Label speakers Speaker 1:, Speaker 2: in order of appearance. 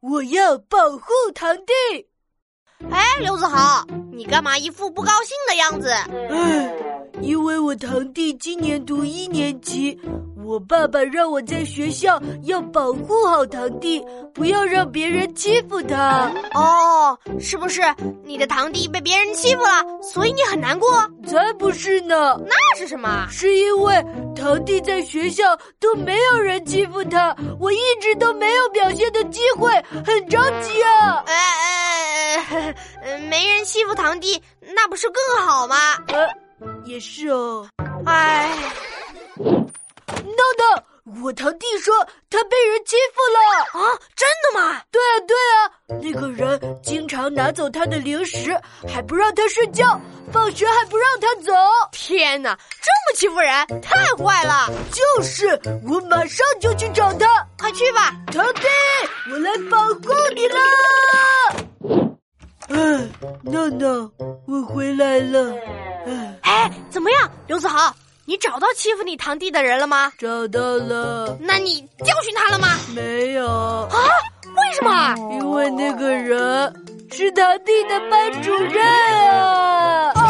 Speaker 1: 我要保护堂弟。
Speaker 2: 哎，刘子豪，你干嘛一副不高兴的样子？
Speaker 1: 唉，因为我堂弟今年读一年级，我爸爸让我在学校要保护好堂弟，不要让别人欺负他。
Speaker 2: 哦，是不是你的堂弟被别人欺负了，所以你很难过？
Speaker 1: 才不是呢，
Speaker 2: 那是什么？啊
Speaker 1: 是因为堂弟在学校都没有人欺负他，我一直都没有表现的机会，很着急啊。
Speaker 2: 哎哎哎 呃，没人欺负堂弟，那不是更好吗？
Speaker 1: 呃，也是哦。
Speaker 2: 哎，
Speaker 1: 闹闹，我堂弟说他被人欺负了。
Speaker 2: 啊，真的吗？
Speaker 1: 对啊，对啊，那个人经常拿走他的零食，还不让他睡觉，放学还不让他走。
Speaker 2: 天哪，这么欺负人，太坏了！
Speaker 1: 就是，我马上就去找他。
Speaker 2: 快去吧，
Speaker 1: 堂弟，我来保护你啦！哎，闹闹，我回来了。哎，
Speaker 2: 哎，怎么样，刘子豪？你找到欺负你堂弟的人了吗？
Speaker 1: 找到了，
Speaker 2: 那你教训他了吗？
Speaker 1: 没有？
Speaker 2: 啊？为什么？
Speaker 1: 因为那个人是堂弟的班主任啊！